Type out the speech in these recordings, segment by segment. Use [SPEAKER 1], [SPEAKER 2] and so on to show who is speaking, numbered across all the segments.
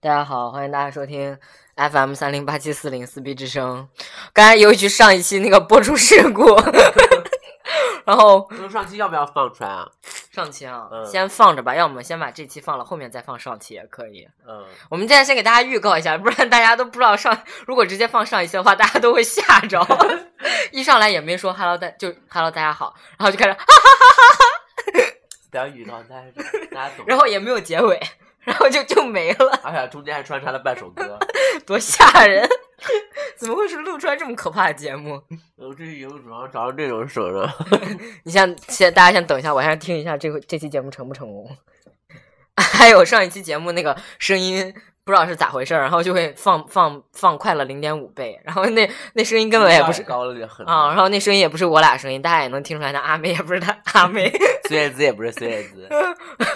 [SPEAKER 1] 大家好，欢迎大家收听 FM 三零八七四零四 B 之声。刚才由于上一期那个播出事故，然后
[SPEAKER 2] 那上期要不要放出来啊？
[SPEAKER 1] 上期啊，
[SPEAKER 2] 嗯
[SPEAKER 1] 先放着吧，要么先把这期放了，后面再放上期也可以。
[SPEAKER 2] 嗯，
[SPEAKER 1] 我们现在先给大家预告一下，不然大家都不知道上。如果直接放上一期的话，大家都会吓着。一上来也没说 “hello” 大，就 “hello” 大家好，然后就开始，啊
[SPEAKER 2] 不要语到大家 大家懂。
[SPEAKER 1] 然后也没有结尾，然后就就没了，
[SPEAKER 2] 而且中间还穿插了半首歌，
[SPEAKER 1] 多吓人！怎么会是录出来这么可怕的节目？
[SPEAKER 2] 我这以后主要找这种手 呢。
[SPEAKER 1] 你先先大家先等一下，我先听一下这回这期节目成不成功。 还有上一期节目那个声音不知道是咋回事儿，然后就会放放放快了零点五倍，然后那那声音根本也不是
[SPEAKER 2] 高了很
[SPEAKER 1] 啊、然后那声音也不是我俩声音，大家也能听出来，那阿妹也不是他阿妹，
[SPEAKER 2] 孙燕姿也不是孙燕姿，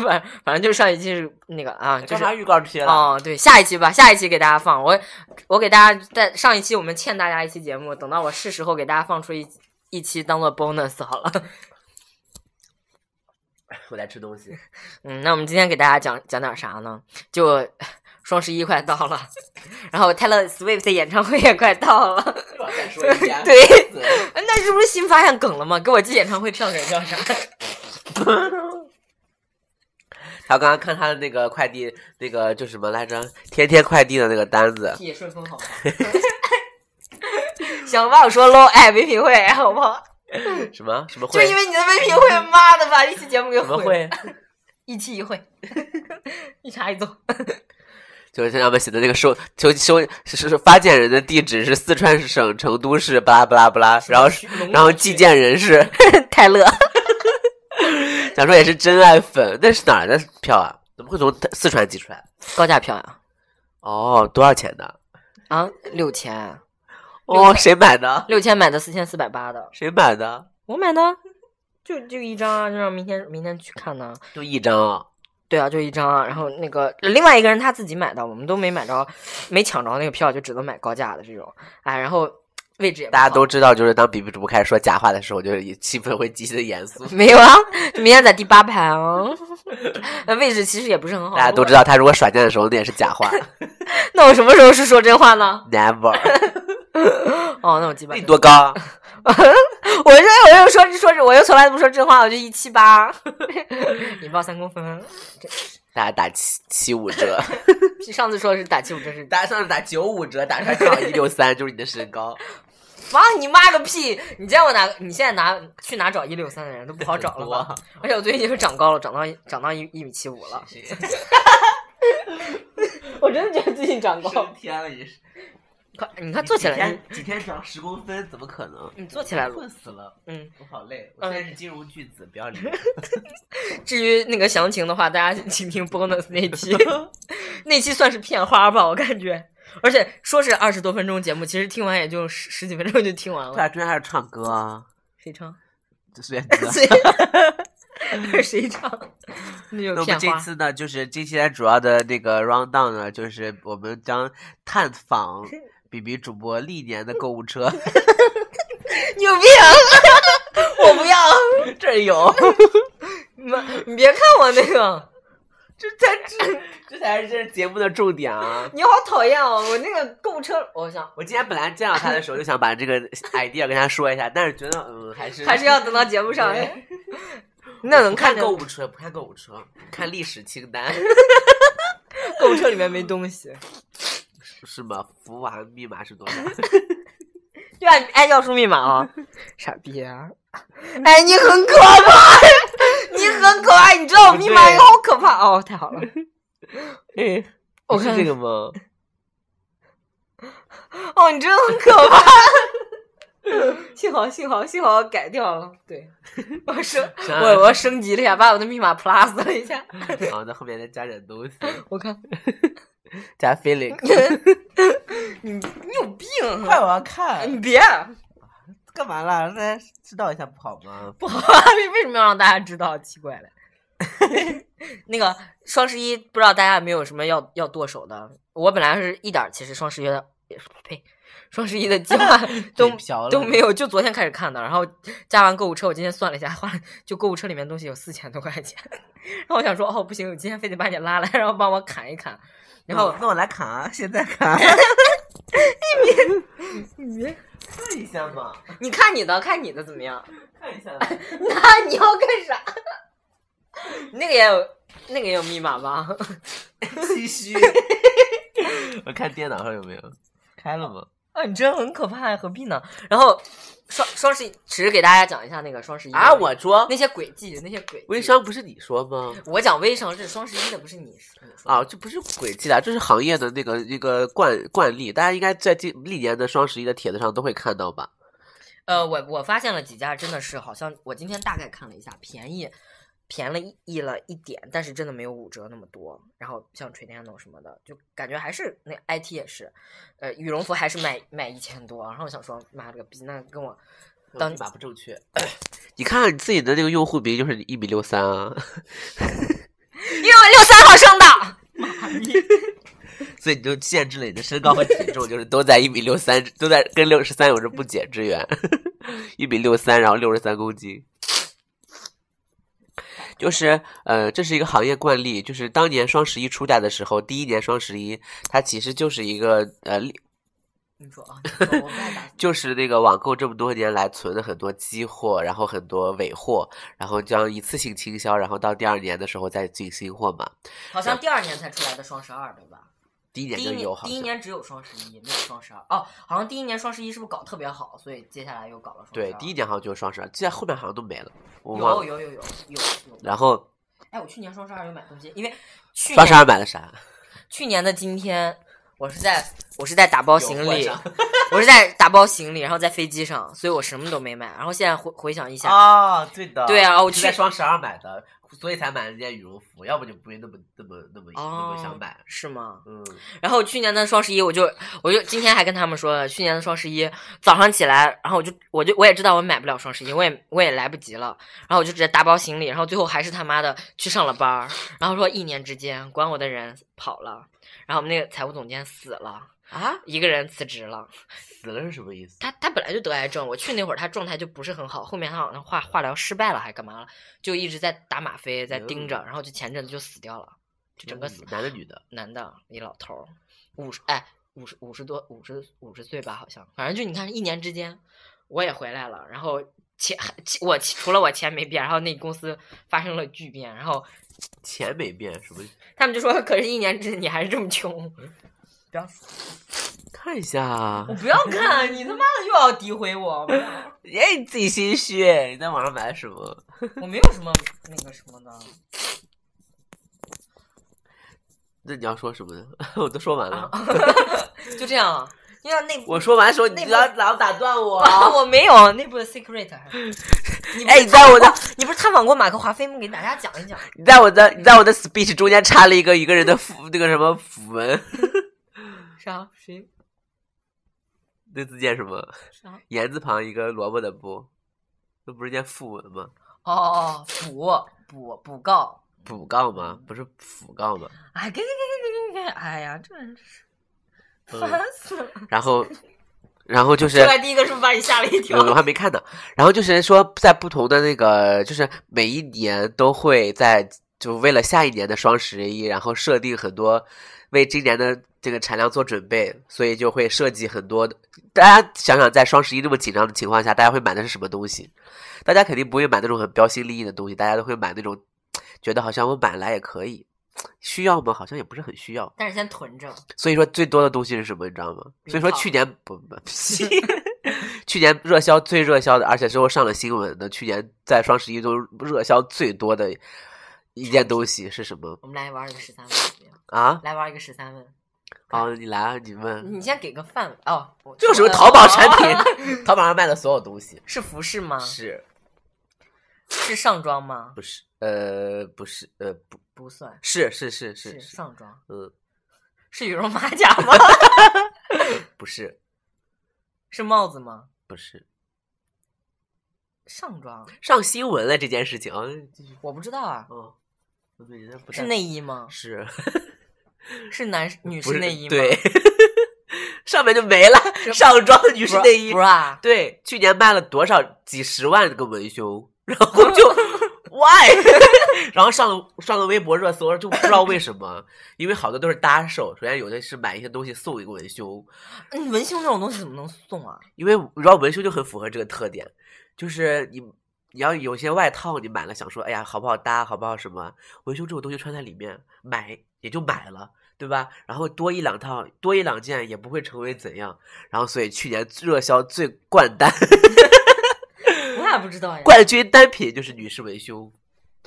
[SPEAKER 1] 反反正就是上一期是那个啊，就
[SPEAKER 2] 干
[SPEAKER 1] 是
[SPEAKER 2] 嘛预告这些了？
[SPEAKER 1] 哦，对，下一期吧，下一期给大家放。我我给大家在上一期我们欠大家一期节目，等到我是时候给大家放出一一期当做 bonus 好了。
[SPEAKER 2] 我在吃 东西，
[SPEAKER 1] 嗯，那我们今天给大家讲讲点啥呢？就双十一快到了，然后 Taylor Swift 的演唱会也快到了，
[SPEAKER 2] 又要再说一啊遍
[SPEAKER 1] 对，那是不是新发现梗了吗？给我寄演唱会票给叫啥？
[SPEAKER 2] 他刚刚看他的那个快递，那个就什么来着，天天快递的那个单 子，
[SPEAKER 1] 替顺丰好吗？想把我说 low 哎，没品位好不好？
[SPEAKER 2] 什么什么
[SPEAKER 1] 就
[SPEAKER 2] 会，嗯
[SPEAKER 1] 因为你的没品位，妈的把一期节目给
[SPEAKER 2] 什么
[SPEAKER 1] 毁了，
[SPEAKER 2] 会，
[SPEAKER 1] 一期一会， 一查一揍。
[SPEAKER 2] 就是上面写的那个收 收收是是是发件人的地址是四川省成都市，巴拉巴拉巴拉，然后是然后寄件人是。
[SPEAKER 1] 泰勒，
[SPEAKER 2] 想说也是真爱粉，那是哪儿的票啊？怎么会从四川寄出来？
[SPEAKER 1] 高价票呀、
[SPEAKER 2] 哦，多少钱的？
[SPEAKER 1] 啊？六千，
[SPEAKER 2] 哦，谁买的？
[SPEAKER 1] 六千买的四千四百八的，
[SPEAKER 2] 谁买的？
[SPEAKER 1] 我买的，就就一张啊，就让明天明天去看呢。
[SPEAKER 2] 就一张啊、
[SPEAKER 1] 对啊，就一张啊。然后那个另外一个人他自己买的，我们都没买着，没抢着那个票，就只能买高价的这种。哎，然后位置也不
[SPEAKER 2] 大家都
[SPEAKER 1] 好
[SPEAKER 2] 知道，就是当比比主播开始说假话的时候，就是一气氛会极其的严肃。
[SPEAKER 1] 没有啊， 明天在第八排啊。 那位置其实也不是很好。
[SPEAKER 2] 大家都知道，他如果耍贱的时候，那也是假话
[SPEAKER 1] 那我什么时候是说真话呢？
[SPEAKER 2] ，never。
[SPEAKER 1] 哦，那我基
[SPEAKER 2] 那
[SPEAKER 1] 本
[SPEAKER 2] 你多高啊？
[SPEAKER 1] 我这我又说说这，我又从来不说真话，我就一七八， 引爆三公分。
[SPEAKER 2] 大家打七七五 折，
[SPEAKER 1] 上次说是打七五折是打，
[SPEAKER 2] 大家上次打九五折，打出来正好一六三，就是你的身高。
[SPEAKER 1] 妈你妈个屁！你见我哪？你现在拿去哪找一六三的人都不好找 了
[SPEAKER 2] 啊
[SPEAKER 1] 吧？而且我最近就长高了，长到一长到一一米七五了。 我真的觉得自己长 高。
[SPEAKER 2] 天了，你是
[SPEAKER 1] 快，你看坐起来，你
[SPEAKER 2] 几天长十公分，怎么可能？
[SPEAKER 1] 你坐起来录。
[SPEAKER 2] 死了。
[SPEAKER 1] 嗯，
[SPEAKER 2] 我好累，
[SPEAKER 1] 我现在
[SPEAKER 2] 是金融巨子，不要理。
[SPEAKER 1] 至于那个详情的话，大家请听 bonus 那 期，那期算是片花吧，我感觉。而且说是二十多分钟节目，其实听完也就十十几分钟就听完
[SPEAKER 2] 对
[SPEAKER 1] 了。
[SPEAKER 2] 啊，中间还有唱歌啊，
[SPEAKER 1] 谁唱？
[SPEAKER 2] 这孙燕 姿。
[SPEAKER 1] 谁？谁唱？ 那
[SPEAKER 2] 那
[SPEAKER 1] 就
[SPEAKER 2] 我
[SPEAKER 1] 片
[SPEAKER 2] 们这
[SPEAKER 1] 花。
[SPEAKER 2] 次呢，就是这期的主要的那个 round down 呢，就是我们将探 访比比主播历年的购物车，
[SPEAKER 1] 你有病！啊 我不要，
[SPEAKER 2] 这儿有，
[SPEAKER 1] 妈，你别看我那个，
[SPEAKER 2] 这才这这才是这节目的重点啊！
[SPEAKER 1] 你好讨厌哦！我那个购物车，我想
[SPEAKER 2] 我今天本来见到他的时候就想把这个 idea 跟他说一下，但是觉得嗯还是
[SPEAKER 1] 还是要等到节目上
[SPEAKER 2] 对。
[SPEAKER 1] 那能
[SPEAKER 2] 不看
[SPEAKER 1] 看
[SPEAKER 2] 购
[SPEAKER 1] 购
[SPEAKER 2] 物车，不看购物车，看历史清单
[SPEAKER 1] 购物车里面没东西？
[SPEAKER 2] 是吗？福娃密码是多 少？
[SPEAKER 1] 对吧？哎，要输密码啊！ 傻逼啊！ 哎，你很可怕，你很可怕，你知道我密码有好可怕哦！太好 了，
[SPEAKER 2] 哎，
[SPEAKER 1] 我
[SPEAKER 2] 是
[SPEAKER 1] 看
[SPEAKER 2] 这个 吗？
[SPEAKER 1] 哦，你真的很可 怕。幸好，幸好，幸好改掉了。 对，我升，
[SPEAKER 2] 啥
[SPEAKER 1] 我我升级了一下，把我的密码 plus 了一下。
[SPEAKER 2] 好，那后面再加点东西，
[SPEAKER 1] 我看，
[SPEAKER 2] 加 Felix。
[SPEAKER 1] 你你有病！啊
[SPEAKER 2] 快，我要看
[SPEAKER 1] 你别，啊
[SPEAKER 2] 干嘛啦？让大家知道一下不好吗？
[SPEAKER 1] 不好，啊为什么要让大家知道？奇怪了。 那个双十一，不知道大家有没有什么要要剁手的？我本来是一点儿，其实双十一的，呸，双十一的计 划都
[SPEAKER 3] 嘴瓢了
[SPEAKER 1] 都没有，就昨天开始看的。然后加完购物车，我今天算了一下，花了就购物车里面东西有四千多块钱。然后我想说，哦，不行，我今天非得把你拉来，然后帮我砍一砍。然后
[SPEAKER 3] 那我来砍啊，现在 砍，看一下嘛，
[SPEAKER 1] 你看你的，看你的怎么样？
[SPEAKER 3] 看一 下，
[SPEAKER 1] 那你要干啥？ 那个也有，那个也有密码吧？
[SPEAKER 3] 唏 嘘。
[SPEAKER 2] 我看电脑上有没有开了吗？
[SPEAKER 1] 啊，你真很可怕呀，何必呢？然后双双十一，只是给大家讲一下那个双十一
[SPEAKER 2] 啊，我说
[SPEAKER 1] 那些轨迹，那些轨迹
[SPEAKER 2] 微，商不是你说吗？
[SPEAKER 1] 我讲微商是双十一的，不是你说的
[SPEAKER 2] 啊，这不是轨迹啦，这是行业的那个一个惯惯例，大家应该在今历年的双十一的帖子上都会看到吧？
[SPEAKER 1] 呃，我我发现了几家真的是，好像我今天大概看了一下，便宜便宜了一了一点，但是真的没有五折那么多。然后像锤电动什么的，就感觉还是那 IT 也是，呃，羽绒服还是买买一千多。然后我想说，妈了个逼，那跟我当
[SPEAKER 2] 嗯码不正确，你看看你自己的那个用户名就是一米六三啊，
[SPEAKER 1] 因为我六三号生的，
[SPEAKER 2] 所以你就限制了你的身高和体重，就是都在一米六三，都在跟六十三有着不解之缘， 一米六三，然后六十三公斤。就是呃，这是一个行业惯例，就是当年双十一出来的时候，第一年双十一，它其实就是一个呃
[SPEAKER 1] 你说啊，你说我不爱打
[SPEAKER 2] 就是那个网购这么多年来存了很多积货，然后很多尾货，然后这样一次性倾销，然后到第二年的时候再进新货嘛。
[SPEAKER 1] 好像第二年才出来的双十二，对吧？
[SPEAKER 2] 第一年
[SPEAKER 1] 第一
[SPEAKER 2] 就有
[SPEAKER 1] 年
[SPEAKER 2] 好
[SPEAKER 1] 第一
[SPEAKER 2] 像，
[SPEAKER 1] 年只有双十一，没有双十二。哦，好像第一年双十一是不是搞特别好，所以接下来又搞了双十二。
[SPEAKER 2] 对，第一年好像就是双十二，现在后面好像都没了，我忘
[SPEAKER 1] 有
[SPEAKER 2] 了。
[SPEAKER 1] 有有有有有。
[SPEAKER 2] 然后
[SPEAKER 1] 哎，我去年双十二有买东西，因为去
[SPEAKER 2] 双十
[SPEAKER 1] 年
[SPEAKER 2] 二买了啥？
[SPEAKER 1] 去年的今天，我是在 我是在打包行李
[SPEAKER 2] 有货，
[SPEAKER 1] 我是在打包行李，然后在飞机上，所以我什么都没买。然后现在回回想一下，
[SPEAKER 2] 啊，对的
[SPEAKER 1] 对啊我去
[SPEAKER 2] 双十二买的，所以才买了件羽绒服，要不就不会那么那么那么
[SPEAKER 1] 哦，。是吗？
[SPEAKER 2] 嗯，
[SPEAKER 1] 然后去年的双十一，我就我就今天还跟他们说了，去年的双十一早上起来，然后我就我就我也知道我买不了双十一，我也我也来不及了，然后我就直接打包行李，然后最后还是他妈的去上了班儿，然后说一年之间管我的人跑了，然后我们那个财务总监死了。
[SPEAKER 2] 啊，
[SPEAKER 1] 一个人辞职了，
[SPEAKER 2] 死了是什么意思？
[SPEAKER 1] 他他本来就得癌症，我去那会儿他状态就不是很好，后面他好像化化疗失败了还干嘛了，就一直在打吗啡，在盯着，然后就前阵子就死掉了，就整个死
[SPEAKER 2] 男的女的？
[SPEAKER 1] 男的，一老头儿，五十哎五十五十多五十五十岁吧，好像，反正就你看一年之间，我也回来了，然后钱 钱我除了我钱没变，然后那公司发生了巨变，然后
[SPEAKER 2] 钱没变，什么？
[SPEAKER 1] 他们就说， 可是一年之内你还是这么穷，不要说，
[SPEAKER 2] 看一 下啊
[SPEAKER 1] 我，不要看，你他妈的又要诋毁我，不要
[SPEAKER 2] 哎，你自己心虚，你在网上买了什么？
[SPEAKER 1] 我没有什么那个什么的，
[SPEAKER 2] 那你要说什么呢？ 我都说完了。
[SPEAKER 1] 就这样，因为那部
[SPEAKER 2] 我说完的时候，你
[SPEAKER 1] 那
[SPEAKER 2] 不
[SPEAKER 1] 不
[SPEAKER 2] 要老打断我。
[SPEAKER 1] 我没有那部的 secret，你不
[SPEAKER 2] 哎，
[SPEAKER 1] 是
[SPEAKER 2] 你在我的，
[SPEAKER 1] 你不是探访过马克华菲吗？给大家讲一讲。
[SPEAKER 2] 你在我的，你在我的 speech 中间插了一个一个人的符，那个什么符文，
[SPEAKER 1] 啥？谁？
[SPEAKER 2] 那字念什么？
[SPEAKER 1] 啥？
[SPEAKER 2] 言字旁一个萝卜的卜，那不是念符文吗？
[SPEAKER 1] 哦哦，哦，补补补告！
[SPEAKER 2] 补告吗？不是辅告吗？
[SPEAKER 1] 哎，给给给给给给！哎呀，真是
[SPEAKER 2] 嗯
[SPEAKER 1] 烦死了！
[SPEAKER 2] 然后，然后就是
[SPEAKER 1] 出来第一个是不是把你吓了一跳
[SPEAKER 2] 我？我还没看呢。然后就是说，在不同的那个，就是每一年都会在就为了下一年的双十一，然后设定很多为今年的这个产量做准备，所以就会设计很多的。大家想想，在双十一那么紧张的情况下，大家会买的是什么东西？大家肯定不会买那种很标新立异的东西，大家都会买那种觉得好像我买来也可以，需要吗？好像也不是很需要。
[SPEAKER 1] 但是先囤着，
[SPEAKER 2] 所以说最多的东西是什么，你知道吗？所以说
[SPEAKER 1] 冰
[SPEAKER 2] 去年不不， 屁去年热销最热销的，而且之后上了新闻的，去年在双十一中热销最多的一件东西是什么
[SPEAKER 1] 我们来玩一个十三问怎么样？
[SPEAKER 2] 啊？
[SPEAKER 1] 来玩一个十三问，
[SPEAKER 2] 好，你来啊，你问，
[SPEAKER 1] 你先给个范围哦。我哦
[SPEAKER 2] 这有什么淘宝产？ 品？淘宝上卖的所有东西
[SPEAKER 1] 是服饰吗？
[SPEAKER 2] 是
[SPEAKER 1] 是上装吗？
[SPEAKER 2] 不是？呃，不是，呃，不
[SPEAKER 1] 不算，
[SPEAKER 2] 是，是是是是，
[SPEAKER 1] 上装。
[SPEAKER 2] 嗯，
[SPEAKER 1] 是羽绒马甲吗？
[SPEAKER 2] 不是，
[SPEAKER 1] 是帽子吗？
[SPEAKER 2] 不是
[SPEAKER 1] 上装，
[SPEAKER 2] 上新闻了这件事情啊，继续，
[SPEAKER 1] 我不知道啊。
[SPEAKER 2] 嗯，不对，那不
[SPEAKER 1] 是
[SPEAKER 2] 带
[SPEAKER 1] 内衣吗？
[SPEAKER 2] 是。
[SPEAKER 1] 是男女
[SPEAKER 2] 不
[SPEAKER 1] 士
[SPEAKER 2] 是
[SPEAKER 1] 内衣吗？
[SPEAKER 2] 对，上面就没了，上装女士内衣。
[SPEAKER 1] bra，
[SPEAKER 2] 对，去年卖了多少几十万个文胸，然后 就 why，然后上了上了微博热搜，就不知道为什么，因为好多都是搭售，首先有的是买一些东西送一个文胸，
[SPEAKER 1] 嗯文胸这种东西怎么能送啊？
[SPEAKER 2] 因为你知道文胸就很符合这个特点，就是你你要有些外套你买了想说，哎呀好不好搭，好不好什么，文胸这种东西穿在里面买也就买了。对吧？然后多一两套，多一两件也不会成为怎样。然后，所以去年热销最冠单
[SPEAKER 1] 我咋不知道呀？
[SPEAKER 2] 冠军单品就是女士文胸，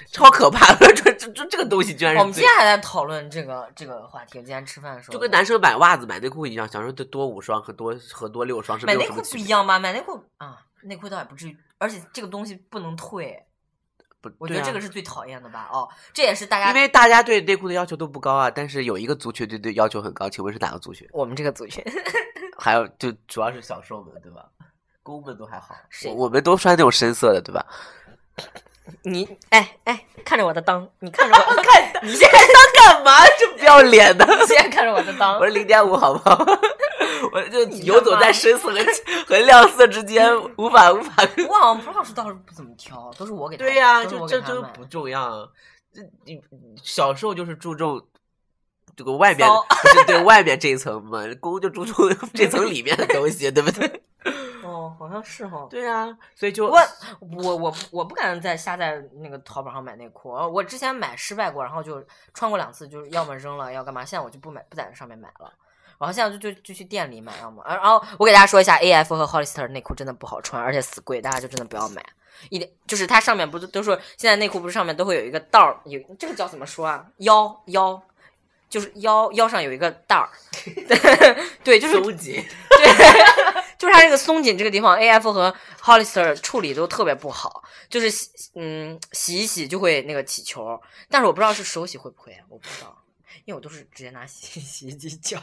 [SPEAKER 2] 超可怕的！这这这这个东西居然是
[SPEAKER 1] 我们今
[SPEAKER 2] 最
[SPEAKER 1] 天还在讨论这个这个话题，我今天吃饭的时候
[SPEAKER 2] 就跟男生买袜子、买内裤一样，想说就多五双和多和多六双是没
[SPEAKER 1] 买
[SPEAKER 2] 有
[SPEAKER 1] 内
[SPEAKER 2] 什
[SPEAKER 1] 裤
[SPEAKER 2] 么
[SPEAKER 1] 不
[SPEAKER 2] 区别
[SPEAKER 1] 一。样吧？买内裤啊，内裤倒也不至于，而且这个东西不能退，
[SPEAKER 2] 不，
[SPEAKER 1] 我觉
[SPEAKER 2] 对
[SPEAKER 1] 得这
[SPEAKER 2] 啊
[SPEAKER 1] 个是最讨厌的吧？哦，这也是大家
[SPEAKER 2] 因为大家对内裤的要求都不高啊，但是有一个族群对对要求很高，请问是哪个族群？
[SPEAKER 1] 我们这个组群
[SPEAKER 2] 还有就主要是小瘦们对吧？公们都还好，
[SPEAKER 1] 是
[SPEAKER 2] 我我们都穿那种深色的对吧？
[SPEAKER 1] 你哎哎，看着我的裆，你看着 我，
[SPEAKER 2] 看你现在当干嘛？这不要脸的！
[SPEAKER 1] 你先看着我的
[SPEAKER 2] 我说
[SPEAKER 1] 裆，
[SPEAKER 2] 零点五好不好？ 我就
[SPEAKER 1] 你
[SPEAKER 2] 游走
[SPEAKER 1] 干嘛
[SPEAKER 2] 在深色和 和亮色之间，无法无法
[SPEAKER 1] 我好像 Pro 老师倒是不怎么挑，都是我给他，
[SPEAKER 2] 对
[SPEAKER 1] 都
[SPEAKER 2] 呀、
[SPEAKER 1] 是
[SPEAKER 2] 就
[SPEAKER 1] 我
[SPEAKER 2] 这
[SPEAKER 1] 给他
[SPEAKER 2] 就
[SPEAKER 1] 买
[SPEAKER 2] 不重要。这你小时候就是注重这个外面
[SPEAKER 1] 骚，
[SPEAKER 2] 不是对外面这一层嘛，公就 注重这层里面的东西，对不对？
[SPEAKER 1] 哦，好像是哈、
[SPEAKER 2] 对呀、所以就
[SPEAKER 1] 我我我不我不敢再瞎在那个淘宝上买内裤，我之前买失败过，然后就穿过两次，就是要么扔了，要干嘛。现在我就不买，不在那上面买了，然后现在就就就去店里买，要么。然后我给大家说一下，A F 和 Hollister 内裤真的不好穿，而且死贵，大家就真的不要买。一点就是它上面不是都说现在内裤不是上面都会有一个带儿，有这个叫怎么说啊？腰腰。就是腰腰上有一个带儿， 对，就是
[SPEAKER 2] 纠结。
[SPEAKER 1] 对，就是它这个松紧这个地方，A F 和 Hollister 处理都特别不好，就是洗嗯洗一洗就会那个起球，但是我不知道是手洗会不会，我不知道，因为我都是直接拿洗洗衣机搅。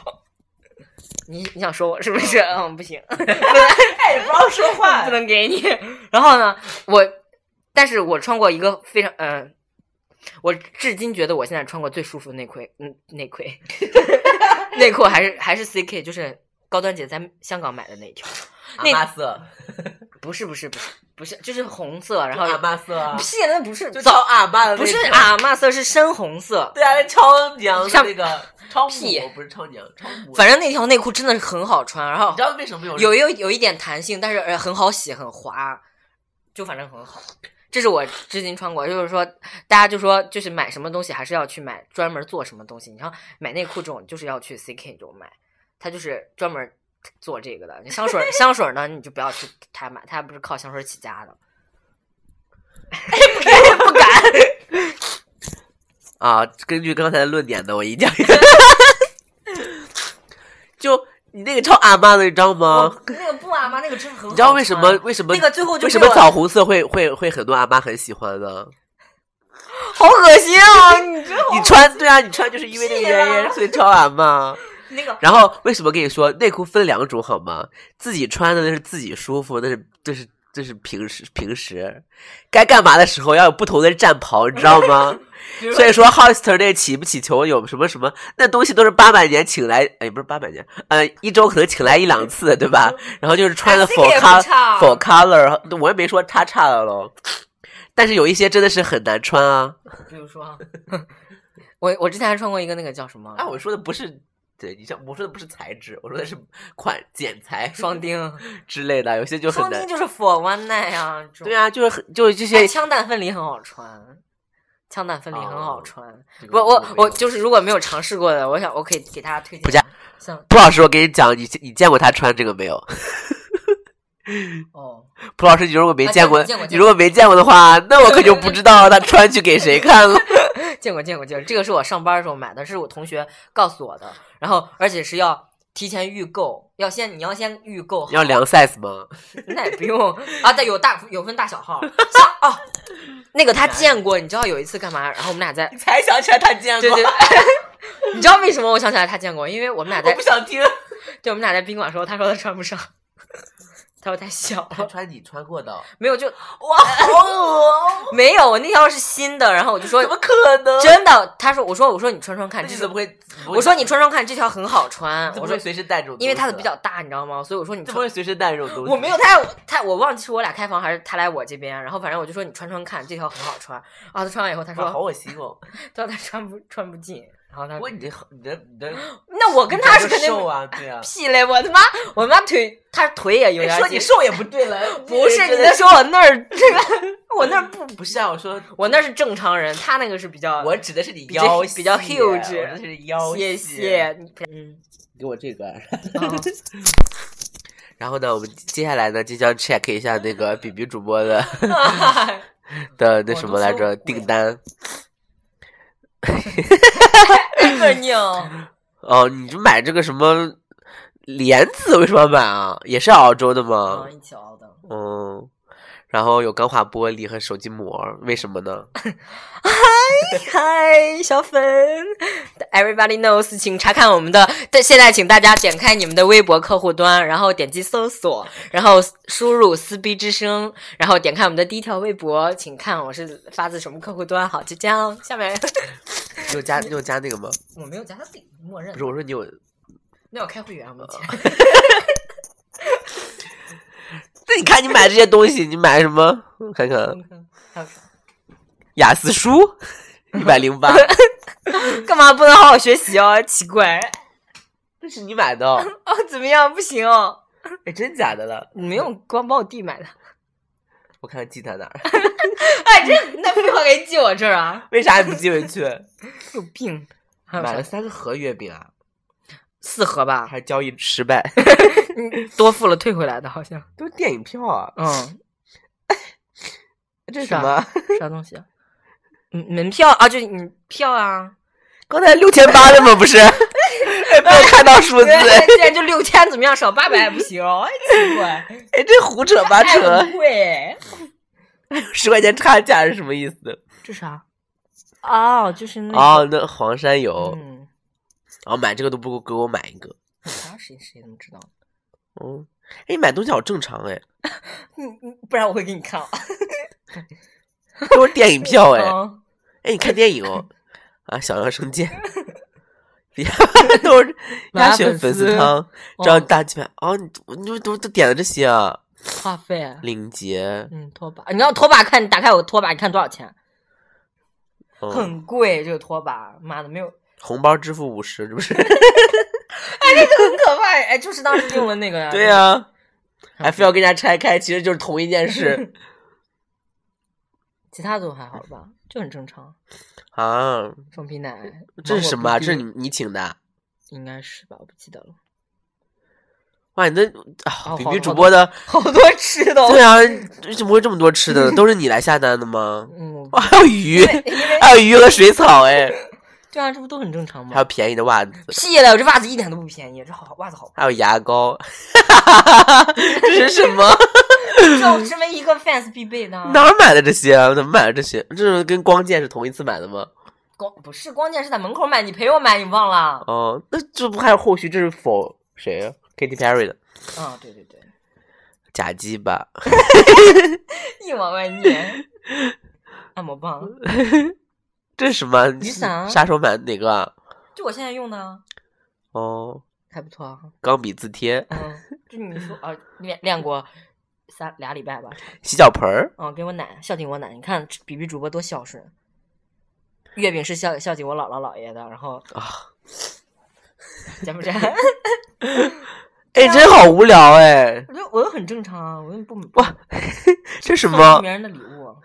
[SPEAKER 1] 你你想说我是不是？嗯，不行，
[SPEAKER 2] 哎， 不要说
[SPEAKER 1] 不能给你。然后呢，我，但是我穿过一个非常嗯、我至今觉得我现在穿过最舒服的内裤，嗯，内裤， 内裤还是还是 CK，就是高端姐在香港买的那一条。
[SPEAKER 2] 阿
[SPEAKER 1] 那
[SPEAKER 2] 妈色，
[SPEAKER 1] 不是不是不是不是，就是红色，然后
[SPEAKER 2] 阿妈色啊，
[SPEAKER 1] 屁，那不是
[SPEAKER 2] 就超
[SPEAKER 1] 早
[SPEAKER 2] 阿妈的，
[SPEAKER 1] 不是，啊阿玛色，是深红色。
[SPEAKER 2] 对啊，超娘的
[SPEAKER 1] 像
[SPEAKER 2] 那个超
[SPEAKER 1] 屁
[SPEAKER 2] 母，不是超娘，超母。
[SPEAKER 1] 反正那条内裤真的是很好穿，然后
[SPEAKER 2] 你知道为什么有人
[SPEAKER 1] 有有有一点弹性，但是呃很好洗，很滑，就反正很好。这是我至今穿过，就是说大家就说就是买什么东西还是要去买专门做什么东西，你像买内裤这种就是要去 CK 这种买，它就是专门做这个的。你香水香水呢，你就不要去他买，他不是靠香水起家 的。不 敢，
[SPEAKER 2] 啊，根据刚才的论点呢，我一定 要 就你那个超阿妈的，你知道吗？
[SPEAKER 1] 哦那个布阿妈那个真的很好穿，
[SPEAKER 2] 呃你知道为什么？为什么
[SPEAKER 1] 那个最后就
[SPEAKER 2] 为什
[SPEAKER 1] 被
[SPEAKER 2] 么
[SPEAKER 1] 我
[SPEAKER 2] 枣红色会会会很多阿妈很喜欢呢？
[SPEAKER 1] 好恶心啊！你这
[SPEAKER 2] 你穿对啊，你穿就是因为那个
[SPEAKER 1] 屁
[SPEAKER 2] 原因，
[SPEAKER 1] 啦
[SPEAKER 2] 所以超阿妈。
[SPEAKER 1] 那个
[SPEAKER 2] 然后为什么跟你说内裤分两种好吗？自己穿的那是自己舒服，那是这是这是平时平时该干嘛的时候要有不同的战袍，你知道吗？ 所以说 Hollister 那起不起球有什么什么，那东西都是八百年请来，哎，不是八百年，呃，一周可能请来一两次的，对吧？然后就是穿的
[SPEAKER 1] 哎这
[SPEAKER 2] for
[SPEAKER 1] 个也
[SPEAKER 2] color
[SPEAKER 1] 不差
[SPEAKER 2] for color，我也没说他差了喽。但是有一些真的是很难穿啊！
[SPEAKER 1] 比如说啊， 我我之前还穿过一个那个叫什么
[SPEAKER 2] 啊，我说的不是，对你像我说的不是材质，我说的是款剪裁
[SPEAKER 1] 双钉，
[SPEAKER 2] 之类的，有些就很
[SPEAKER 1] 双
[SPEAKER 2] 难
[SPEAKER 1] 钉。就是 for one night 啊，这种
[SPEAKER 2] 对，啊，就是很就是这
[SPEAKER 1] 哎，
[SPEAKER 2] 些。
[SPEAKER 1] 枪弹分离很好穿。枪弹分离很好穿，
[SPEAKER 2] 这个
[SPEAKER 1] 我我
[SPEAKER 2] 没有
[SPEAKER 1] 我就是如果没有尝试过的，我想我可以给大家推荐。
[SPEAKER 2] 不加，
[SPEAKER 1] 像
[SPEAKER 2] 蒲老师，我跟你讲，你你见过他穿这个没有？
[SPEAKER 1] 哦，
[SPEAKER 2] 蒲老师，你如果没
[SPEAKER 1] 啊
[SPEAKER 2] 见
[SPEAKER 1] 见
[SPEAKER 2] 过，
[SPEAKER 1] 过见过
[SPEAKER 2] 你如果没见过的 话，那我可就不知道他穿去给谁看了。
[SPEAKER 1] 见过见过见过，这个是我上班的时候买的，是我同学告诉我的，然后而且是要提前预购，要先你要先预购好，
[SPEAKER 2] 要量 size 吗？
[SPEAKER 1] 那也不用啊，但有大有分大小号，像哦，那个他见过，你知道有一次干嘛？然后我们俩在，
[SPEAKER 2] 才想起来他见
[SPEAKER 1] 对对， 你知道为什么我想起来他见过？因为我们俩在，
[SPEAKER 2] 想听。
[SPEAKER 1] 对，我们俩在宾馆的时候，他说他穿不上，它又太小
[SPEAKER 2] 他
[SPEAKER 1] 了，
[SPEAKER 2] 穿你穿过的，
[SPEAKER 1] 没有就
[SPEAKER 3] 哇，好恶
[SPEAKER 2] 哦
[SPEAKER 1] 没有。我那条是新的，然后我就说
[SPEAKER 3] 怎么可能？
[SPEAKER 1] 真的，他说我说我说你穿穿
[SPEAKER 2] 那
[SPEAKER 1] 看，
[SPEAKER 2] 你
[SPEAKER 1] 这
[SPEAKER 2] 怎
[SPEAKER 1] 是
[SPEAKER 2] 么会？怎么会
[SPEAKER 1] 我说你穿穿看，这条很好穿。
[SPEAKER 2] 怎
[SPEAKER 1] 我
[SPEAKER 2] 么
[SPEAKER 1] 说
[SPEAKER 2] 会随身带这种东西？
[SPEAKER 1] 因为它的比较大，你知道吗？所以我说你
[SPEAKER 2] 怎
[SPEAKER 1] 穿
[SPEAKER 2] 么会随身带这种东西？
[SPEAKER 1] 我没有他我他我忘记是我俩开房还是他来我这边，然后反正我就说你穿穿看，这条很好穿。啊，他穿完以后他
[SPEAKER 2] 哇，好
[SPEAKER 1] 说，
[SPEAKER 2] 恶心哦！
[SPEAKER 1] 他说他穿不穿不进，然后他
[SPEAKER 2] 不过你的你的你的，
[SPEAKER 1] 那我跟他是
[SPEAKER 2] 你的
[SPEAKER 1] 肯定
[SPEAKER 2] 瘦啊， 对啊。
[SPEAKER 1] 屁嘞，我他妈我他妈腿他腿也有点
[SPEAKER 2] 哎说
[SPEAKER 1] 紧
[SPEAKER 2] 你瘦也不对 了，
[SPEAKER 1] 不是你
[SPEAKER 2] 真
[SPEAKER 1] 那说我那儿这个我那儿不
[SPEAKER 2] 不是啊，我说
[SPEAKER 1] 我那儿是正常人，他那个是比较
[SPEAKER 2] 我指的是你
[SPEAKER 1] 较
[SPEAKER 2] 腰
[SPEAKER 1] 比较
[SPEAKER 2] 细啊
[SPEAKER 1] huge
[SPEAKER 2] 我这是腰
[SPEAKER 1] 谢
[SPEAKER 2] 细
[SPEAKER 1] 谢你嗯。
[SPEAKER 2] 给我这个。
[SPEAKER 1] 哦
[SPEAKER 2] 然后呢，我们接下来呢，即将 check 一下那个比比主播的
[SPEAKER 1] 嗯哦
[SPEAKER 2] 的那什么来着
[SPEAKER 1] 我都搜过
[SPEAKER 2] 订单。
[SPEAKER 1] Ever new，
[SPEAKER 2] 哦，你就买这个什么莲子，为什么要买啊？也是澳洲的吗
[SPEAKER 1] 嗯，？一起熬的。
[SPEAKER 2] 嗯。然后有钢化玻璃和手机膜，为什么呢？
[SPEAKER 1] 嗨，小粉，Everybody knows，请查看我们的。但现在请大家点开你们的微博客户端，然后点击搜索，然后输入“撕逼之声”，然后点开我们的第一条微博，请看我是发自什么客户端。好，就这样，下面
[SPEAKER 2] 你有加你有加那个吗？
[SPEAKER 1] 我没有加他自己默认
[SPEAKER 2] 不是，我说你有，
[SPEAKER 1] 那我开会员 吗？
[SPEAKER 2] 那你看你买这些东西，你买什么？我看看
[SPEAKER 1] 还有啥？
[SPEAKER 2] 雅 思书一百零八，
[SPEAKER 1] 干嘛不能好好学习哦？奇怪
[SPEAKER 2] 那是你买的哦，
[SPEAKER 1] 哦，怎么样？不行哦，
[SPEAKER 2] 哎，真假的了？
[SPEAKER 1] 你没有光帮我弟买的。
[SPEAKER 2] 我看看寄他哪儿？
[SPEAKER 1] 哎，这 那废话，给寄我这儿啊？
[SPEAKER 2] 为啥不寄回去？
[SPEAKER 1] 有病！还有
[SPEAKER 2] 买了
[SPEAKER 1] 啥？
[SPEAKER 2] 三个盒月饼啊，
[SPEAKER 1] 四盒吧，
[SPEAKER 2] 还交易失败，
[SPEAKER 1] 嗯多付了退回来的，好像。
[SPEAKER 2] 都是电影票啊，
[SPEAKER 1] 嗯，
[SPEAKER 2] 这是
[SPEAKER 1] 是啊
[SPEAKER 2] 什么？
[SPEAKER 1] 啥东西、啊？嗯，门票啊，就你票 啊。
[SPEAKER 2] 刚才六千八的吗？不是，没有看到数字，
[SPEAKER 1] 对，现在就六千，怎么样？少八 百不行？哎奇怪，
[SPEAKER 2] 哎，这胡扯八扯
[SPEAKER 1] 太，贵。
[SPEAKER 2] 十块钱差价是什么意思？
[SPEAKER 1] 这啥？哦，就是那个。
[SPEAKER 2] 哦，那黄山有，
[SPEAKER 1] 嗯，
[SPEAKER 2] 哦，买这个都不给我买一个，
[SPEAKER 1] 啥谁谁能知道？
[SPEAKER 2] 嗯，哎，你买东西好正常哎，
[SPEAKER 1] 嗯嗯，不然我会给你看。
[SPEAKER 2] 都是电影票哎，
[SPEAKER 1] 嗯，
[SPEAKER 2] 哎，你看电影哦，啊，小杨生煎， 都是
[SPEAKER 1] 麻
[SPEAKER 2] 鸭
[SPEAKER 1] 辣
[SPEAKER 2] 血
[SPEAKER 1] 粉
[SPEAKER 2] 粉丝
[SPEAKER 1] 丝
[SPEAKER 2] 汤，
[SPEAKER 1] 哦
[SPEAKER 2] 张大鸡排，哦，你你们都都点了这些啊？
[SPEAKER 1] 话费。
[SPEAKER 2] 领结，
[SPEAKER 1] 嗯，拖把，你要拖把看，你打开我拖把，你看多少钱？啊
[SPEAKER 2] 嗯，
[SPEAKER 1] 很贵，这个拖把，妈的，没有，
[SPEAKER 2] 红包支付五十，这不是？
[SPEAKER 1] 很可怕。哎，就是当时英文那个呀。
[SPEAKER 2] 对呀、
[SPEAKER 1] 啊
[SPEAKER 2] 还非要跟人家拆开，其实就是同一 件事
[SPEAKER 1] 其他都还好吧，就很正常。
[SPEAKER 2] 啊！
[SPEAKER 1] 双皮奶，
[SPEAKER 2] 这是什么啊？
[SPEAKER 1] 芒果
[SPEAKER 2] 这
[SPEAKER 1] 布
[SPEAKER 2] 是
[SPEAKER 1] 丁
[SPEAKER 2] 你你请的啊？
[SPEAKER 1] 应该是吧，我不记得了。
[SPEAKER 2] 哇，你的
[SPEAKER 1] 哦
[SPEAKER 2] 啊，
[SPEAKER 1] 好
[SPEAKER 2] 比比
[SPEAKER 1] 多
[SPEAKER 2] 主播的，
[SPEAKER 1] 好多吃的哦
[SPEAKER 2] 对啊，怎么会这么多吃的呢？都是你来下单的吗？
[SPEAKER 1] 嗯，
[SPEAKER 2] 哇，还有鱼，
[SPEAKER 1] 因为
[SPEAKER 2] 还有鱼和水草，哎，
[SPEAKER 1] 对啊，这不都很正常
[SPEAKER 2] 还有
[SPEAKER 1] 吗？
[SPEAKER 2] 便宜的袜子，。
[SPEAKER 1] 屁了，我这袜子一点都不便宜，这好袜子好
[SPEAKER 2] 还有牙膏， 这是什么？
[SPEAKER 1] 这我身为一个 fans 必备的啊。
[SPEAKER 2] 哪儿买的这些啊？怎么买的这些？这是跟光剑是同一次买的吗？
[SPEAKER 1] 光不是关键是在门口买，你陪我买，你忘了？
[SPEAKER 2] 哦，那这不还有后续？这是否谁啊？Katy Perry 的
[SPEAKER 1] 嗯，对对对，
[SPEAKER 2] 假鸡吧？
[SPEAKER 1] 一往外 念。按摩 棒，
[SPEAKER 2] 这是什么？你
[SPEAKER 1] 雨伞
[SPEAKER 2] 啥时候买的哪个啊？
[SPEAKER 1] 就我现在用的啊，
[SPEAKER 2] 哦，
[SPEAKER 1] 还不错啊。
[SPEAKER 2] 钢笔字贴、
[SPEAKER 1] 嗯，就你 说啊，练练过三俩礼拜吧，
[SPEAKER 2] 洗脚盆儿，
[SPEAKER 1] 嗯，给我奶孝敬我奶，你看比比主播多孝顺。月饼是孝孝敬我姥姥姥爷的，然后
[SPEAKER 2] 啊，
[SPEAKER 1] 柬埔 寨，
[SPEAKER 2] 哎，
[SPEAKER 1] 啊
[SPEAKER 2] 真好无聊哎！
[SPEAKER 1] 我就我又很正常啊，我又不
[SPEAKER 2] 哇，这什
[SPEAKER 1] 送
[SPEAKER 2] 么
[SPEAKER 1] 别人的礼物，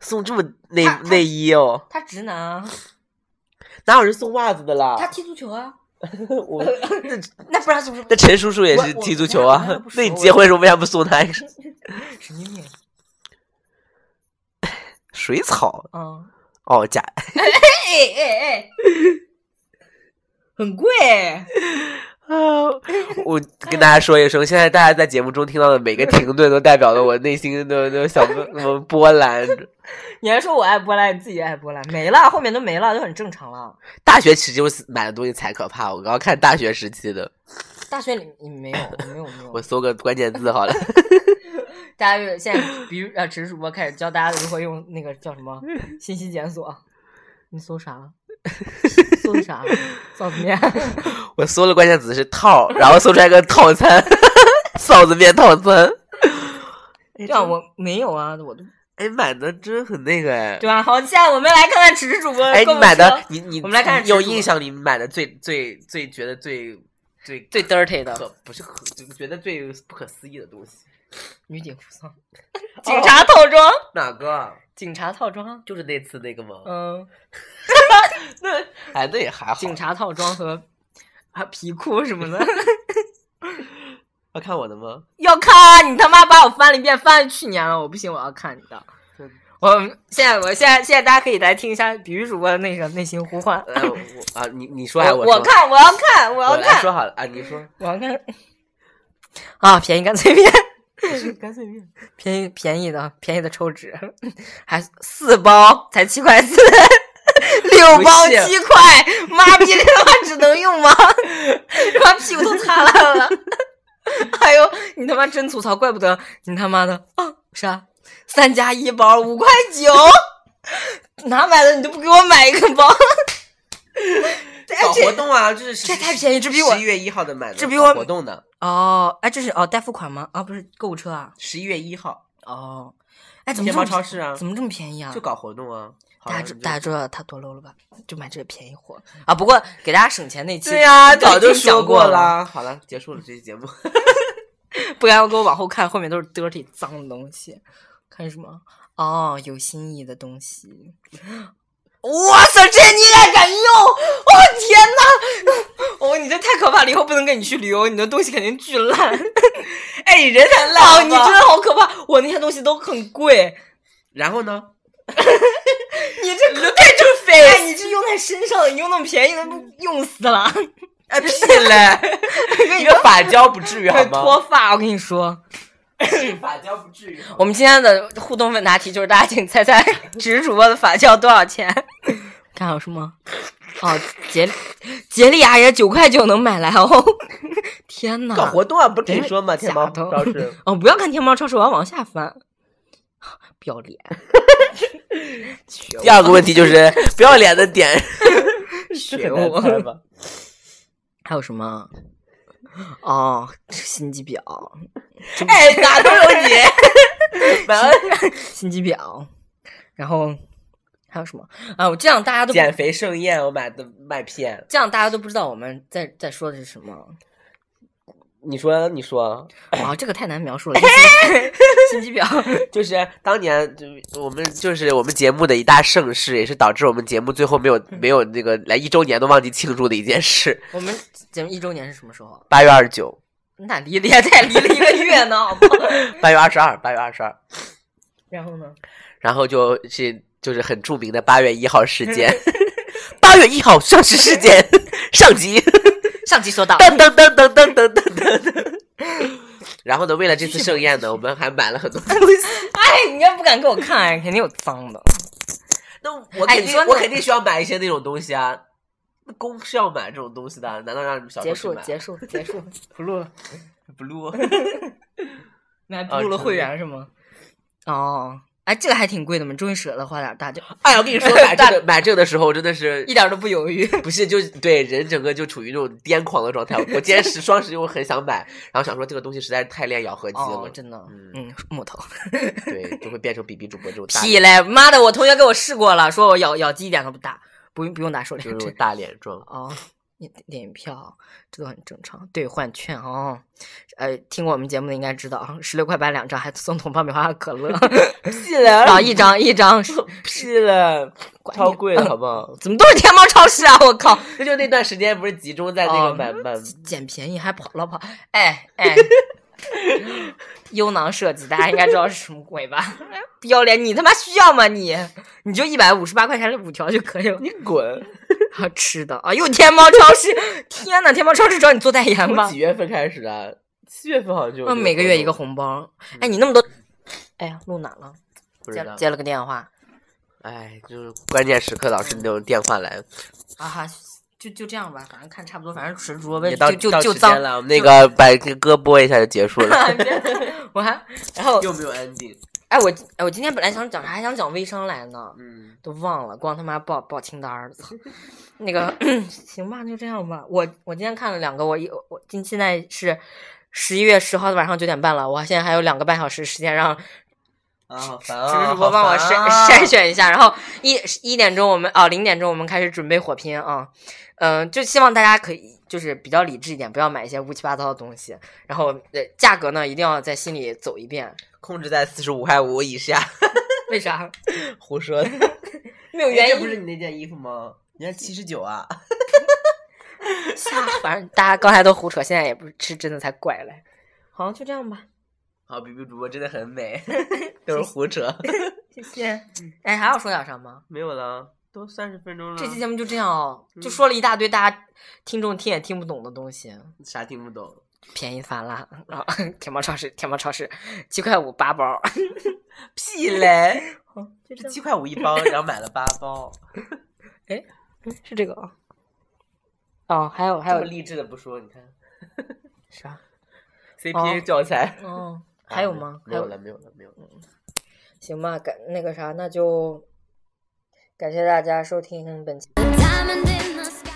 [SPEAKER 2] 送这么内
[SPEAKER 1] 他他
[SPEAKER 2] 内衣哦？
[SPEAKER 1] 他直男啊，
[SPEAKER 2] 哪有人送袜子的啦
[SPEAKER 1] 他？踢足球啊，
[SPEAKER 2] 我
[SPEAKER 1] 那不然是不是
[SPEAKER 2] 那陈叔叔也
[SPEAKER 1] 我
[SPEAKER 2] 是
[SPEAKER 1] 我
[SPEAKER 2] 踢
[SPEAKER 1] 我
[SPEAKER 2] 足
[SPEAKER 1] 跟
[SPEAKER 2] 球
[SPEAKER 1] 他
[SPEAKER 2] 啊
[SPEAKER 1] 我跟他不？
[SPEAKER 2] 那你
[SPEAKER 1] 熟哎
[SPEAKER 2] 结
[SPEAKER 1] 我
[SPEAKER 2] 婚的时候为啥不送 他一个
[SPEAKER 1] 神经病？
[SPEAKER 2] 水草？
[SPEAKER 1] 啊，
[SPEAKER 2] 哦，假
[SPEAKER 1] 哎哎 哎，很贵，
[SPEAKER 2] 啊！
[SPEAKER 1] 哎
[SPEAKER 2] 我跟大家说一声，现在大家在节目中听到的每个停顿，都代表了我内心的那种小波什么波澜。
[SPEAKER 1] 你还说我爱波兰，你自己爱波兰，没了，后面都没了，就很正常了。
[SPEAKER 2] 大学时期我买的东西才可怕，我刚看大学时期的，
[SPEAKER 1] 大学里你没有，我没有没有
[SPEAKER 2] 我。搜个关键字好了，
[SPEAKER 1] 大家就现在，比如呃，直主播开始教大家如何用那个叫什 么信息检索。你搜啥？搜啥？臊子
[SPEAKER 2] 哎
[SPEAKER 1] 面。
[SPEAKER 2] 我搜的关键词是套，然后搜出来个套餐， 臊子面套餐。
[SPEAKER 1] 对啊，我没有啊，我都
[SPEAKER 2] 哎，买的真很那个哎。
[SPEAKER 1] 对啊。好，现在我们来看看直主播
[SPEAKER 2] 哎，
[SPEAKER 1] 购
[SPEAKER 2] 你
[SPEAKER 1] 物
[SPEAKER 2] 买
[SPEAKER 1] 车
[SPEAKER 2] 的你你
[SPEAKER 1] 我们来看
[SPEAKER 2] 你有
[SPEAKER 1] 指数
[SPEAKER 2] 印象你买的最最最觉得最最
[SPEAKER 1] 最 dirty 的
[SPEAKER 2] 可不是可就觉得最不可思议的东西
[SPEAKER 1] 女警服装， 警察套装，
[SPEAKER 2] 哪个？啊
[SPEAKER 1] 警察套装，
[SPEAKER 2] 就是那次那个吗？
[SPEAKER 1] 嗯，
[SPEAKER 2] 哎，那也还好。
[SPEAKER 1] 警察套装和啊皮裤什么的。
[SPEAKER 2] 要看我的吗？
[SPEAKER 1] 要看你他妈把我翻了一遍，翻了去年了，我不行，我要看你的
[SPEAKER 2] 真的。
[SPEAKER 1] 我现在，我现在，现在大家可以来听一下比喻主播的那个内心呼唤。
[SPEAKER 2] 呃，我我啊，你你说还是
[SPEAKER 1] 我
[SPEAKER 2] 说
[SPEAKER 1] 我看，我要看，我
[SPEAKER 2] 我
[SPEAKER 1] 要
[SPEAKER 2] 来
[SPEAKER 1] 看，
[SPEAKER 2] 说好了啊，你 说。
[SPEAKER 1] 我要看。啊，便宜干脆面，
[SPEAKER 2] 干脆面。
[SPEAKER 1] 便宜便宜的便宜的抽纸，还四包才七块四，六包
[SPEAKER 2] 不屑
[SPEAKER 1] 七块，妈逼，这他妈只能用吗？ 这把屁股都擦烂了。 哎呦，你他妈真吐槽，怪不得你他妈的啊啥三加一包五块九，哪买的你都不给我买一个 包，哎
[SPEAKER 2] 搞活
[SPEAKER 1] 这
[SPEAKER 2] 动啊，这是
[SPEAKER 1] 这太便宜这比我
[SPEAKER 2] 十一月一号的买的，
[SPEAKER 1] 这比我
[SPEAKER 2] 搞活动的
[SPEAKER 1] 哦哎这是哦贷付款吗？啊不是购物车啊
[SPEAKER 2] 十一月一号
[SPEAKER 1] 哦，哎怎么
[SPEAKER 2] 天
[SPEAKER 1] 这
[SPEAKER 2] 猫
[SPEAKER 1] 么
[SPEAKER 2] 超市啊，
[SPEAKER 1] 怎么这么便宜啊？
[SPEAKER 2] 就搞活动啊。好
[SPEAKER 1] 大
[SPEAKER 2] 了
[SPEAKER 1] 家知
[SPEAKER 2] 你就
[SPEAKER 1] 大家知道他多 low 了吧？就买这个便宜货啊！不过给大家省钱那期，
[SPEAKER 2] 对呀、
[SPEAKER 1] 都已
[SPEAKER 2] 早就
[SPEAKER 1] 经讲
[SPEAKER 2] 说
[SPEAKER 1] 过了，
[SPEAKER 2] 啦。好了，结束了这期节目。
[SPEAKER 1] 不然我给我往后看，后面都是 dirty 脏的东西。看什么？哦，有新意的东西。哇塞，这你也敢用？哦天哪！ 哦，你这太可怕了，以后不能跟你去旅游，你的东西肯定巨烂。 哎，你人才
[SPEAKER 2] 烂
[SPEAKER 1] 哦，你真的好可怕！我那些东西都很贵，
[SPEAKER 2] 然后呢？
[SPEAKER 1] 你这你太正飞！哎，你这用在身上的，你用那么便宜的，不用死了。
[SPEAKER 2] 哎屁 嘞！一个发胶不至于好
[SPEAKER 1] 会
[SPEAKER 2] 吗？
[SPEAKER 1] 脱发，我跟你说。
[SPEAKER 2] 发胶不至于。
[SPEAKER 1] 我们今天的互动问答题就是大家请猜 猜直主播的发胶多少钱？看还有什么？哦，杰杰利亚也九块九能买来哦！ 天
[SPEAKER 2] 搞
[SPEAKER 1] 哪！
[SPEAKER 2] 活动啊，不是跟你说吗？
[SPEAKER 1] 真
[SPEAKER 2] 天
[SPEAKER 1] 的
[SPEAKER 2] 猫
[SPEAKER 1] 假的
[SPEAKER 2] 超市。
[SPEAKER 1] 哦，不要看天猫超市，我要往下翻。不要 脸！
[SPEAKER 2] 第二个问题 就是不要脸的点，
[SPEAKER 1] 学
[SPEAKER 2] 很难猜
[SPEAKER 1] 我。
[SPEAKER 2] 吧？
[SPEAKER 1] 还有什么？哦，心机婊，
[SPEAKER 2] 哎，哪都有你。完了，
[SPEAKER 1] 心机婊。然后还有什么？啊，我这样大家都不
[SPEAKER 2] 减肥盛宴，我买的麦片。
[SPEAKER 1] 这样大家都不知道我们在在说的是什么。
[SPEAKER 2] 你说，你说，
[SPEAKER 1] 哇，这个太难描述了，心机心机婊。
[SPEAKER 2] 就是当年就我们就是我们节目的一大盛事，也是导致我们节目最后没有没有那个来一周年都忘记庆祝的一件事。
[SPEAKER 1] 我们节目一周年是什么时候？啊
[SPEAKER 2] 八月二十九，
[SPEAKER 1] 那离的也才离了一个月呢，好不好？
[SPEAKER 2] 八月二十二，八月二十二，
[SPEAKER 1] 然后呢？
[SPEAKER 2] 然后就是就是很著名的八月一号事 件，八月一号上市事件上集，
[SPEAKER 1] 上集说到，
[SPEAKER 2] 噔噔噔噔噔噔噔噔。然后呢，为了这次盛 宴呢，我们还买了很多东西。
[SPEAKER 1] 哎，你要不敢给我看，哎肯定有脏的。
[SPEAKER 2] 那我
[SPEAKER 1] 哎
[SPEAKER 2] 肯
[SPEAKER 1] 你
[SPEAKER 2] 定、
[SPEAKER 1] 说那
[SPEAKER 2] 我肯定需要买一些那种东西啊，那公是要买这种东西的，啊难道让你们小时
[SPEAKER 1] 结
[SPEAKER 2] 候去
[SPEAKER 1] 束，
[SPEAKER 2] 买啊
[SPEAKER 1] 结束，结束，不录了。
[SPEAKER 2] blue？
[SPEAKER 1] 你还
[SPEAKER 2] 啊
[SPEAKER 1] 录了
[SPEAKER 2] 是
[SPEAKER 1] 会员是吗？哦，哎，这个还挺贵的嘛，终于舍得花点大价，
[SPEAKER 2] 哎呀，我跟你说，买这 个买这个的时候真的是
[SPEAKER 1] 一。点都不犹豫。
[SPEAKER 2] 不是，就是对人整个就处于那种癫狂的状态。我今天是双十一，我很想买，然后想说这个东西实在是太练咬合肌了，
[SPEAKER 1] 哦，真的，
[SPEAKER 2] 嗯
[SPEAKER 1] 嗯，木头。
[SPEAKER 2] 对，就会变成比比主播这种大
[SPEAKER 1] 屁嘞，妈的，我同学给我试过了，说我咬咬肌一点都不大，不用不用打手
[SPEAKER 2] 就是
[SPEAKER 1] 脸
[SPEAKER 2] 那种
[SPEAKER 1] 针。
[SPEAKER 2] 大脸妆。
[SPEAKER 1] 哦，点点票，这都很正常。兑换券哦，呃，听过我们节目的应该知道，啊十六块八两张，还送桶爆米花和可乐，
[SPEAKER 2] 屁了
[SPEAKER 1] 然后一张一张 是，
[SPEAKER 2] 屁了，
[SPEAKER 1] 管
[SPEAKER 2] 超
[SPEAKER 1] 你啊
[SPEAKER 2] 贵了，好不好？
[SPEAKER 1] 怎么都是天猫超市啊！我靠，
[SPEAKER 2] 那就那段时间不是集中在那
[SPEAKER 1] 哦
[SPEAKER 2] 个 买买
[SPEAKER 1] 捡便宜还跑了跑，哎哎，优囊设计大家应该知道是什么鬼吧？ 不要脸，你他妈需要吗你？你就一百五十八块钱五条就可以了。
[SPEAKER 2] 你滚！
[SPEAKER 1] 还有吃的啊，又天猫超市， 天呐，天猫超市找你做代言吧
[SPEAKER 2] 从几？月份开始啊？七月份好像就有
[SPEAKER 1] 那
[SPEAKER 2] 这
[SPEAKER 1] 嗯每个月一个
[SPEAKER 2] 活
[SPEAKER 1] 红包。哎，你那么多，哎呀，录哪了？
[SPEAKER 2] 动，不知
[SPEAKER 1] 接
[SPEAKER 2] 道。
[SPEAKER 1] 接了个电话，
[SPEAKER 2] 哎，就是关键时刻老是那种电话来，
[SPEAKER 1] 啊哈，就就这样吧，反正看差不多，反正水煮萝卜
[SPEAKER 2] 也到
[SPEAKER 1] 就
[SPEAKER 2] 到
[SPEAKER 1] 就就
[SPEAKER 2] 时间
[SPEAKER 1] 脏。
[SPEAKER 2] 了，我们那个把这个歌播一下就结束了，
[SPEAKER 1] 我还然后
[SPEAKER 2] 又没有 ending，
[SPEAKER 1] 哎我哎我今天本来想讲啥，还想讲微商来呢，
[SPEAKER 2] 嗯，
[SPEAKER 1] 都忘了，光他妈报报清单儿， 操！那个 行吧，就这样吧。我我今天看了两个，我一我今现在是十一月十号的晚上九点半了，我现在还有两个半小时时间让
[SPEAKER 2] 啊，好烦啊，
[SPEAKER 1] 直播主播帮我筛筛 选一下，然后一一点钟我们啊零点钟我们开始准备火拼啊，嗯、就希望大家可以就是比较理智一点，不要买一些乌七八糟的东西，然后呃价格呢一定要在心里走一遍。
[SPEAKER 2] 控制在四十五块五以下，
[SPEAKER 1] 为啥？
[SPEAKER 2] 胡说的，
[SPEAKER 1] 没有原
[SPEAKER 2] 哎这不
[SPEAKER 1] 因。
[SPEAKER 2] 是你那件衣服吗？人家七十九啊，
[SPEAKER 1] 瞎，反正大家刚才都胡扯，现在也不是真的才怪嘞。好，就这样吧，
[SPEAKER 2] 好，B B 主播真的很美， 都是胡扯，
[SPEAKER 1] 谢谢。哎，还要说点啥吗？
[SPEAKER 2] 没有了，都三十分钟了，
[SPEAKER 1] 这期节目就这样哦，就
[SPEAKER 2] 嗯
[SPEAKER 1] 说了一大堆大家听众听也听不懂的东西。
[SPEAKER 2] 啥听不懂，
[SPEAKER 1] 便宜翻了啊！ 天猫超市，天猫超市，七块五八 包。
[SPEAKER 2] 屁嘞，
[SPEAKER 1] 哦就这
[SPEAKER 2] 这七块五一包，然后买了八 包，
[SPEAKER 1] 样，是这个啊。哦，还有还
[SPEAKER 2] 这么
[SPEAKER 1] 有
[SPEAKER 2] 励志的不说，你看
[SPEAKER 1] 啥？
[SPEAKER 2] C P A 教材，
[SPEAKER 1] 哦，还有吗？
[SPEAKER 2] 嗯没
[SPEAKER 1] 还
[SPEAKER 2] 有
[SPEAKER 1] 有
[SPEAKER 2] 了，没有了，没有了。
[SPEAKER 1] 行吧，感那个啥，那就感谢大家收听本期。
[SPEAKER 4] Diamond in the sky.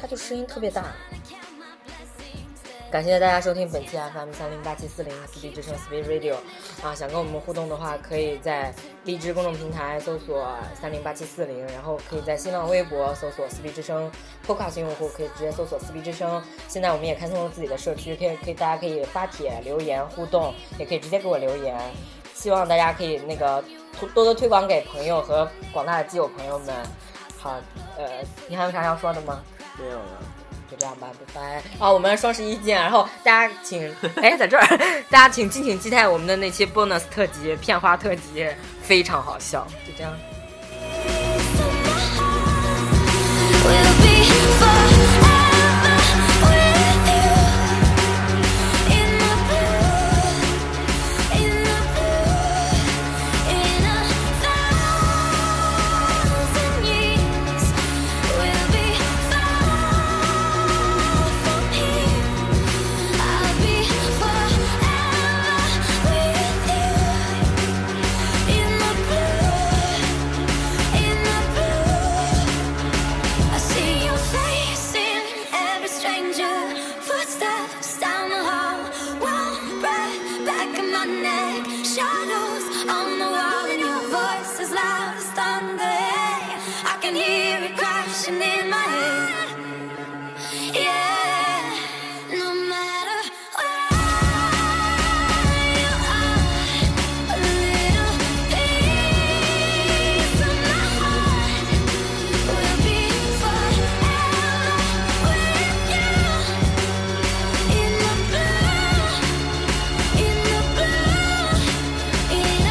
[SPEAKER 1] 它就声音特别大。
[SPEAKER 4] Count my blessings.
[SPEAKER 1] 感谢大家收听本期 FM 三零八七四零 Speed 之声 Speed Radio 啊，想跟我们互动的话，可以在荔枝公众平台搜索三零八七四零，然后可以在新浪微博搜索 Speed 之声，Podcast 用户可以直接搜索 Speed 之声。现在我们也开通了自己的社区，可以可以大家可以发帖留言互动，也可以直接给我留言。希望大家可以那个推多多推广给朋友和广大的基友朋友们。好，呃，你还有啥要说的吗？
[SPEAKER 2] 没有了，
[SPEAKER 1] 就这样吧，拜拜。啊，我们双十一见，然后大家请，哎，在这儿， 大家请敬请期待我们的那期 bonus 特辑、片花特辑，非常好笑。就这样。
[SPEAKER 4] We'll be forever with you. In the blue, in the blue, in a thousand years. We'll be far from here. I'll be forever with you. In the blue, in the blue, I see your face in every stranger. Footsteps down the hall, one breath back of my neck, shadows on the wall, and your voice is loud as thunder. I can hear it crashing in my head. Yeah, no matter where you are. A little piece of my heart will be forever with you. In the blue, in the blue, in a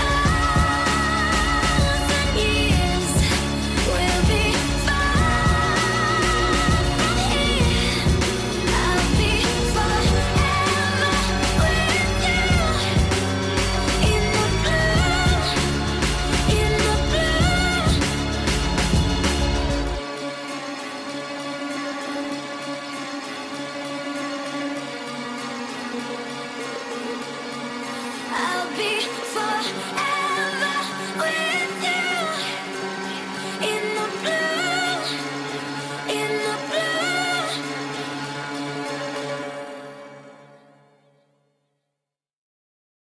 [SPEAKER 4] thousand years, we'll be far I'll be forever with you. In the blue, in the blue. I'll be